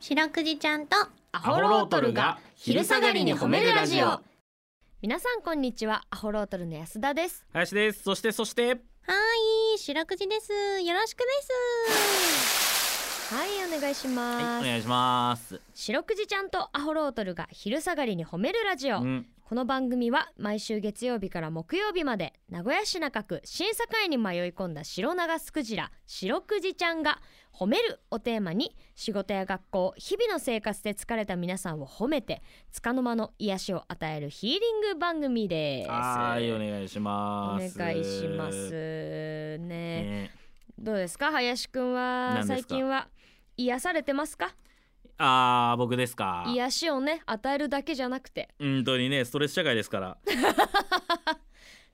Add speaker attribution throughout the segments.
Speaker 1: 白くじちゃんとア
Speaker 2: ホロートルが昼下がりに褒めるラジオ
Speaker 3: 皆さんこんにちはアホロートルの安田です
Speaker 2: 林ですそしてそして
Speaker 1: はい白くじですよろしくです
Speaker 3: はいお願いします、
Speaker 2: いします
Speaker 3: 白くじちゃんとアホロートルが昼下がりに褒めるラジオ、
Speaker 2: うん
Speaker 3: この番組は毎週月曜日から木曜日まで名古屋市中区審査会に迷い込んだ白長スクジラ白くじちゃんが褒めるをテーマに仕事や学校日々の生活で疲れた皆さんを褒めて束の間の癒しを与えるヒーリング番組です
Speaker 2: はいお
Speaker 3: お
Speaker 2: 願いします
Speaker 3: 願いしますね
Speaker 2: ね
Speaker 3: どうですか林くんは
Speaker 2: 何です
Speaker 3: 最
Speaker 2: か
Speaker 3: 近は癒されてますか
Speaker 2: あー僕ですか
Speaker 3: 癒しをね与えるだけじゃなくて
Speaker 2: 本当にねストレス社会ですから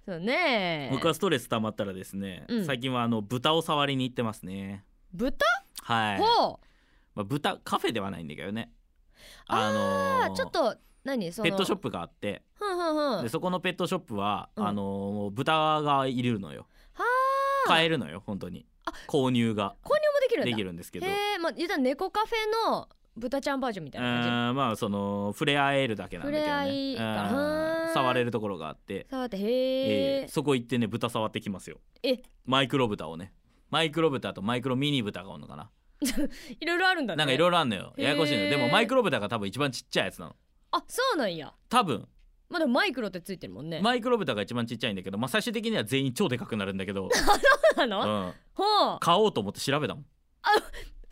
Speaker 3: そうね
Speaker 2: 僕はストレス溜まったらですね
Speaker 3: うん
Speaker 2: 最近はあの豚を触りに行ってますね
Speaker 3: 豚
Speaker 2: はい
Speaker 3: ほう
Speaker 2: まあ豚カフェではないんだけどね
Speaker 3: あ
Speaker 2: あ
Speaker 3: ー
Speaker 2: の
Speaker 3: ちょっと何その
Speaker 2: ペットショッ
Speaker 3: プ
Speaker 2: プがあって
Speaker 3: ふんふんふん
Speaker 2: でそこのペットショップは
Speaker 3: うん
Speaker 2: あの豚がいるのよ
Speaker 3: はー
Speaker 2: 買えるのよ本当に購入が
Speaker 3: 購入もできるんだ
Speaker 2: できるんですけど
Speaker 3: へえまあ言ったら猫カフェの豚ちゃんバージョンみたいな感
Speaker 2: うんまあその触れ合えるだけなんだけどね
Speaker 3: 触れ合いから
Speaker 2: うん
Speaker 3: へー
Speaker 2: 触れるところがあって
Speaker 3: じ、触って
Speaker 2: え
Speaker 3: へ
Speaker 2: え
Speaker 3: え
Speaker 2: そこ行ってね豚触ってきますよ
Speaker 3: え
Speaker 2: マイクロ豚をねマイクロ豚とマイクロミニ豚がおるのかな、
Speaker 3: いろいろあるんだね
Speaker 2: なんかいろいろあんのよややこしいの
Speaker 3: へ
Speaker 2: よ
Speaker 3: ー
Speaker 2: でもマイクロ豚が多分一番ちっちゃいやつなの
Speaker 3: あそうなんや
Speaker 2: 多分
Speaker 3: まあでもマイクロってついてるもんね
Speaker 2: マイクロ豚が一番ちっちゃいんだけど、まあ、最終的には全員超でかくなるんだけど、
Speaker 3: そう
Speaker 2: う
Speaker 3: なの、
Speaker 2: ん、
Speaker 3: ほう
Speaker 2: 買おうと思って調べたもん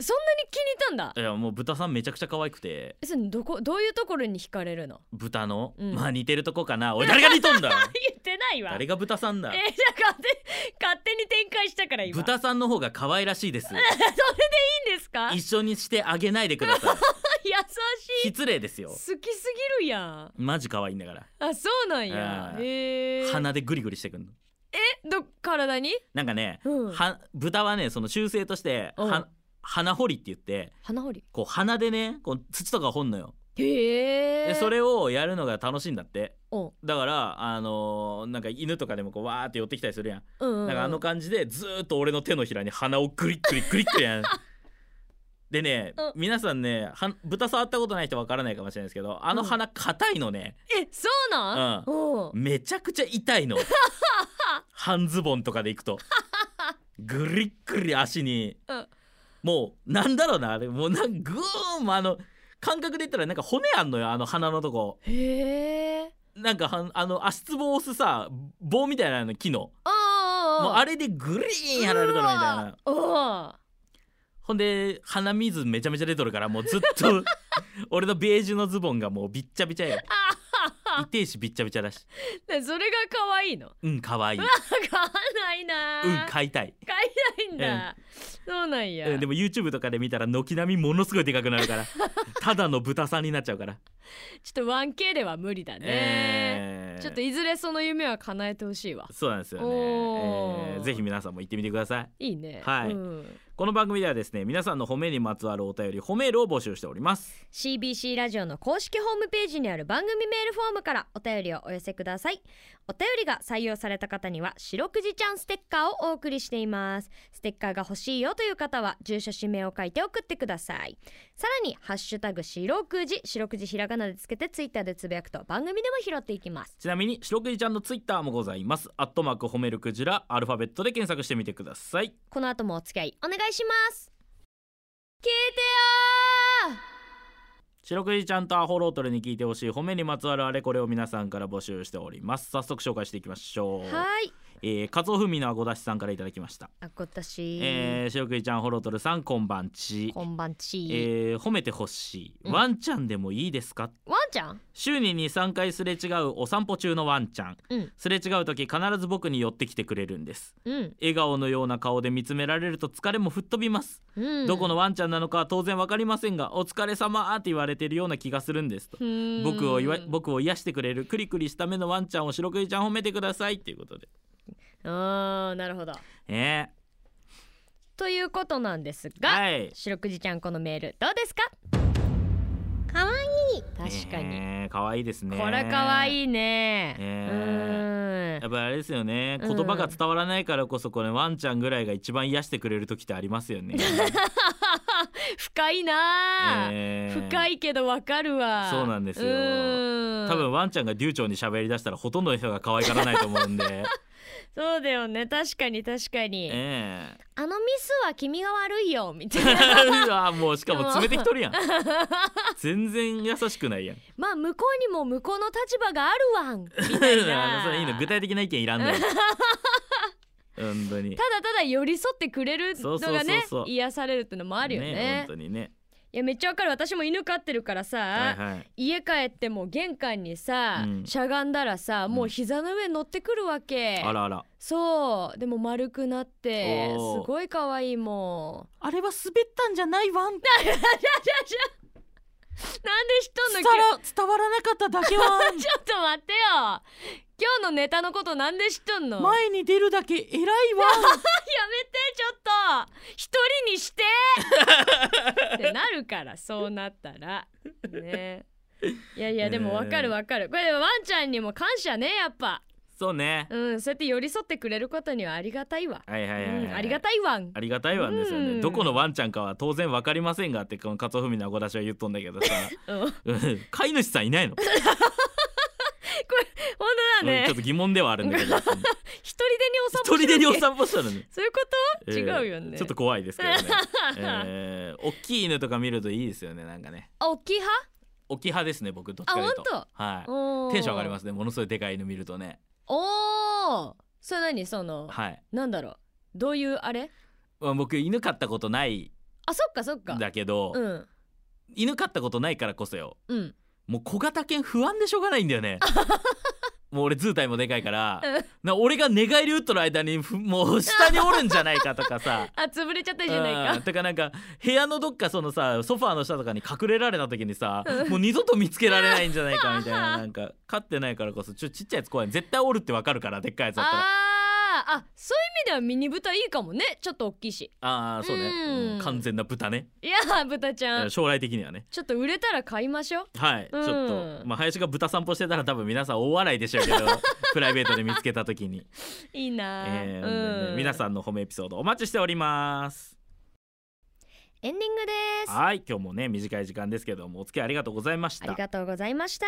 Speaker 3: そんなに気に入ったんだ
Speaker 2: いやもう豚さんめちゃくちゃ可愛くて
Speaker 3: えそれどこどういうところに惹かれるの
Speaker 2: 豚の、
Speaker 3: うん
Speaker 2: まあ似てるとこかなおい誰が似とんだ
Speaker 3: 言って ないわ
Speaker 2: 誰が豚さんだ
Speaker 3: えーじゃあ勝手勝手に展開したから今
Speaker 2: 豚さんの方が可愛らしいです
Speaker 3: それでいいんですかい
Speaker 2: 一緒にしてあげないでく ださい
Speaker 3: 優しい
Speaker 2: 失礼です
Speaker 3: 好
Speaker 2: よ
Speaker 3: きすぎるやん
Speaker 2: マジ可愛いんだから
Speaker 3: あそうなんや
Speaker 2: あ
Speaker 3: へえ
Speaker 2: 鼻でグリグリしてくんの
Speaker 3: ど体に
Speaker 2: なんかね、
Speaker 3: うん
Speaker 2: は豚はねその習性として
Speaker 3: うん
Speaker 2: は鼻掘りって言って
Speaker 3: 鼻掘り
Speaker 2: こう鼻でねこう土とか掘んのよ
Speaker 3: へえ
Speaker 2: でそれをやるのが楽しいんだって
Speaker 3: うん
Speaker 2: だからあのーなんか犬とかでもこうわーって寄ってきたりするやん
Speaker 3: うんうん
Speaker 2: だからあの感じでずーっと俺の手のひらに鼻をグリッグリッグリッてやんでね、
Speaker 3: うん
Speaker 2: 皆さんねは豚触ったことない人わからないかもしれないですけどあの鼻硬いのね、
Speaker 3: えそうなんうん
Speaker 2: めちゃくちゃ 痛いの半ズボンとかで行くとぐりっぐり足に、
Speaker 3: うん
Speaker 2: もうなんだろうなあれもうなんぐーんあの感覚で言ったらなんか骨あんのよあの鼻のとこ
Speaker 3: へえ
Speaker 2: なんかはあの足つぼを押すさ棒みたいなの木の
Speaker 3: あ
Speaker 2: もうあれでぐりーんやられたのみたいな
Speaker 3: な
Speaker 2: ほんで鼻水めちゃめちゃ出とるからもうずっ と俺のベージュのズボンがもうびっちゃびちゃよ痛いしびっちゃびちゃだし
Speaker 3: でそれが可愛いの
Speaker 2: うんかわいいうん
Speaker 3: 買わないな買
Speaker 2: 買いたい
Speaker 3: えないんだそうなんや
Speaker 2: うん、でも YouTube とかで見たら軒並みものすごいでかくなるから ただの豚さんになっちゃうから、
Speaker 3: ちょっと 1K では無理だね、
Speaker 2: えー
Speaker 3: ちょっといずれその夢は叶えてほしいわ
Speaker 2: そうなんですよね、
Speaker 3: おー
Speaker 2: えーぜひ皆さんも行ってみてください
Speaker 3: いいね
Speaker 2: はい
Speaker 3: ん
Speaker 2: この番組ではですね皆さんの褒めにまつわるお便り褒めるを募集しております
Speaker 3: CBC ラジオの公式ホームページにある番組メールフォームからお便りをお寄せくださいお便りが採用された方には「白くじちゃんステッカー」をお送りしていますステッカーが欲しいよという方は住所氏名を書いて送ってくださいさらに「ハッシュタグ白くじ」白くじひらがなでつけてツイッターでつぶやくと番組でも拾っていきます
Speaker 2: ちなみに白くじちゃんの Twitter もございますアットマーク褒めるクジラアルファベットで検索してみてください
Speaker 3: この後もお付き合いお願いします聞いてよー
Speaker 2: 白くじちゃんとアホロートルに聞いてほしい褒めにまつわるあれこれを皆さんから募集しております早速紹介していきましょう
Speaker 3: はい
Speaker 2: えー、カツオフミのあごだしさんからいただきました、
Speaker 3: あ今年、
Speaker 2: えー、白くじちゃんアホロートルさんこんばんち
Speaker 3: こんばんち、
Speaker 2: えー褒めてほしい、
Speaker 3: うん
Speaker 2: ワンちゃんでもいいですか
Speaker 3: ワンちゃん
Speaker 2: 週に23回すれ違うお散歩中のワンちゃん、
Speaker 3: うん
Speaker 2: すれ違う時必ず僕に寄ってきてくれるんです
Speaker 3: うん、
Speaker 2: 笑顔のような顔で見つめられると疲れも吹っ飛びます、
Speaker 3: うん、
Speaker 2: どこのワンちゃんなのかは当然わかりませんがお疲れ様って言われてるような気がするんですと僕
Speaker 3: 僕
Speaker 2: をいわ僕を癒してくれるクリクリした目のワンちゃんを白くじちゃん褒めてくださいっていうことで
Speaker 3: あーなるほど
Speaker 2: え
Speaker 3: ということなんです
Speaker 2: ー、
Speaker 3: が、
Speaker 2: はい
Speaker 3: 白くじちゃんこのメールどうですか
Speaker 1: かわいいい
Speaker 3: 確かに、
Speaker 2: に可愛いですね
Speaker 3: これ可
Speaker 2: い
Speaker 3: 愛いね
Speaker 2: ね
Speaker 3: うん
Speaker 2: やっぱりあれですよね
Speaker 3: うん
Speaker 2: 言葉が伝わらないからこそこれワンちゃんぐらいが一番癒してくれる時ってありますよ ね、
Speaker 3: 深いなあ、
Speaker 2: えー
Speaker 3: 深いけどわかるわ
Speaker 2: そうなんですよ
Speaker 3: うん
Speaker 2: 多分ワンちゃんが流暢に喋り出したらほとんどの人が可愛がらないと思う んで、
Speaker 3: そうだよね確かに確かに、
Speaker 2: ええ
Speaker 3: あのミスは君が悪いよみたい な
Speaker 2: うわもうしかも詰めてきとる やん全然優しくないやん
Speaker 3: まあ向こうにも向こうの立場があるわんみたい
Speaker 2: あの
Speaker 3: な
Speaker 2: それいいの具体的な意見いらん のよ本当に
Speaker 3: ただただ寄り添ってくれるの
Speaker 2: そう
Speaker 3: が
Speaker 2: そう
Speaker 3: ね
Speaker 2: そうそう
Speaker 3: 癒されるってのもあるよね
Speaker 2: 本当にね
Speaker 3: いやめっちゃわかる私も犬飼ってるからさ、
Speaker 2: はいはい
Speaker 3: 家帰っても玄関にさ、
Speaker 2: うん
Speaker 3: しゃがんだらさもう膝の上に乗ってくるわけ、
Speaker 2: あらあら
Speaker 3: そうでも丸くなって
Speaker 2: おー
Speaker 3: すごい可愛いも
Speaker 2: あれは滑ったんじゃないわん伝
Speaker 3: んなんでしとんの今日
Speaker 2: 伝わらなかっただ
Speaker 3: ち
Speaker 2: けは
Speaker 3: ょっと待ってよ今日のネタのことなんで知っとんのやめて
Speaker 2: に出るだけ偉いわ
Speaker 3: ちょっと一人に してってなるからそうなったらねいやいやでもわかるわかるこれでもワンちゃんにも感謝ねやっぱ
Speaker 2: そうね
Speaker 3: うんそうやって寄り添ってくれることにはありがたいわ
Speaker 2: はいは
Speaker 3: う
Speaker 2: いはい、
Speaker 3: んありがたいわん
Speaker 2: ありがたいわんですよね、
Speaker 3: うん
Speaker 2: どこのワンちゃんかは当然わかりませんがってこのカツオフミのご出しは言っとんだけどさ
Speaker 3: うん
Speaker 2: うん飼い主さんいないの、
Speaker 3: 本当だ
Speaker 2: うん
Speaker 3: ね
Speaker 2: ちょっと疑問ではあるんだけ ど
Speaker 3: 一人でにお散
Speaker 2: 一
Speaker 3: 歩して
Speaker 2: 人
Speaker 3: るっ
Speaker 2: で
Speaker 3: け
Speaker 2: にお散歩したのに、
Speaker 3: そういうこと
Speaker 2: えー
Speaker 3: 違うよね
Speaker 2: ちょっと怖いですけど ね、えー、大きい犬とか見るといいですよねなんかね
Speaker 3: あ大きい派
Speaker 2: 大きい派ですね僕どっちかというとはい
Speaker 3: お
Speaker 2: テンション上がりますすねものすごいでかい犬見るとね
Speaker 3: おーそれ何その
Speaker 2: はい、
Speaker 3: なんだろうどういうあれ
Speaker 2: まあ、僕犬飼ったことない
Speaker 3: あそっかそっか
Speaker 2: んだけど、
Speaker 3: うん
Speaker 2: 犬飼ったことないからこそよ
Speaker 3: うん
Speaker 2: もう小型犬不安でしょうがないんだ よねもう俺図体もでかいから
Speaker 3: うん
Speaker 2: な俺が寝返り打っとる間にふもう下におるんじゃないかとかさ
Speaker 3: あ潰れちゃった
Speaker 2: うん
Speaker 3: じゃないか
Speaker 2: てかなんか部屋のどっかそのさソファーの下とかに隠れられた時にさもう二度と見つけられないんじゃないかみたい ななんか飼ってないからこそちょちっちゃいやつ怖い絶対おるってわかるからでっかいやつだったら
Speaker 3: あーあそういう意味ではミニ豚いいかもねちょっと大きいし
Speaker 2: ああーそうね
Speaker 3: うん
Speaker 2: うん完全な豚ね
Speaker 3: いやー豚ちゃん
Speaker 2: 将来的にはね
Speaker 3: ちょっと売れたら買いましょう
Speaker 2: はい、
Speaker 3: うん
Speaker 2: ちょっとまあ林が豚散歩してたら多分皆さん大笑いでしょ うけどプライベートで見つけた時に、
Speaker 3: いいなー
Speaker 2: えー
Speaker 3: うん
Speaker 2: 皆さんの褒めエピソードお待ちしております
Speaker 3: エンディングです
Speaker 2: はい今日もね短い時間ですけどもお付き合いありがとうございまし
Speaker 3: あ
Speaker 2: た
Speaker 3: りがとうございました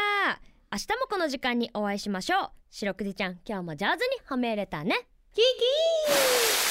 Speaker 3: 明日もこの時間にお会いしましょう白くじちゃん今日も上手に褒め入れたねキキー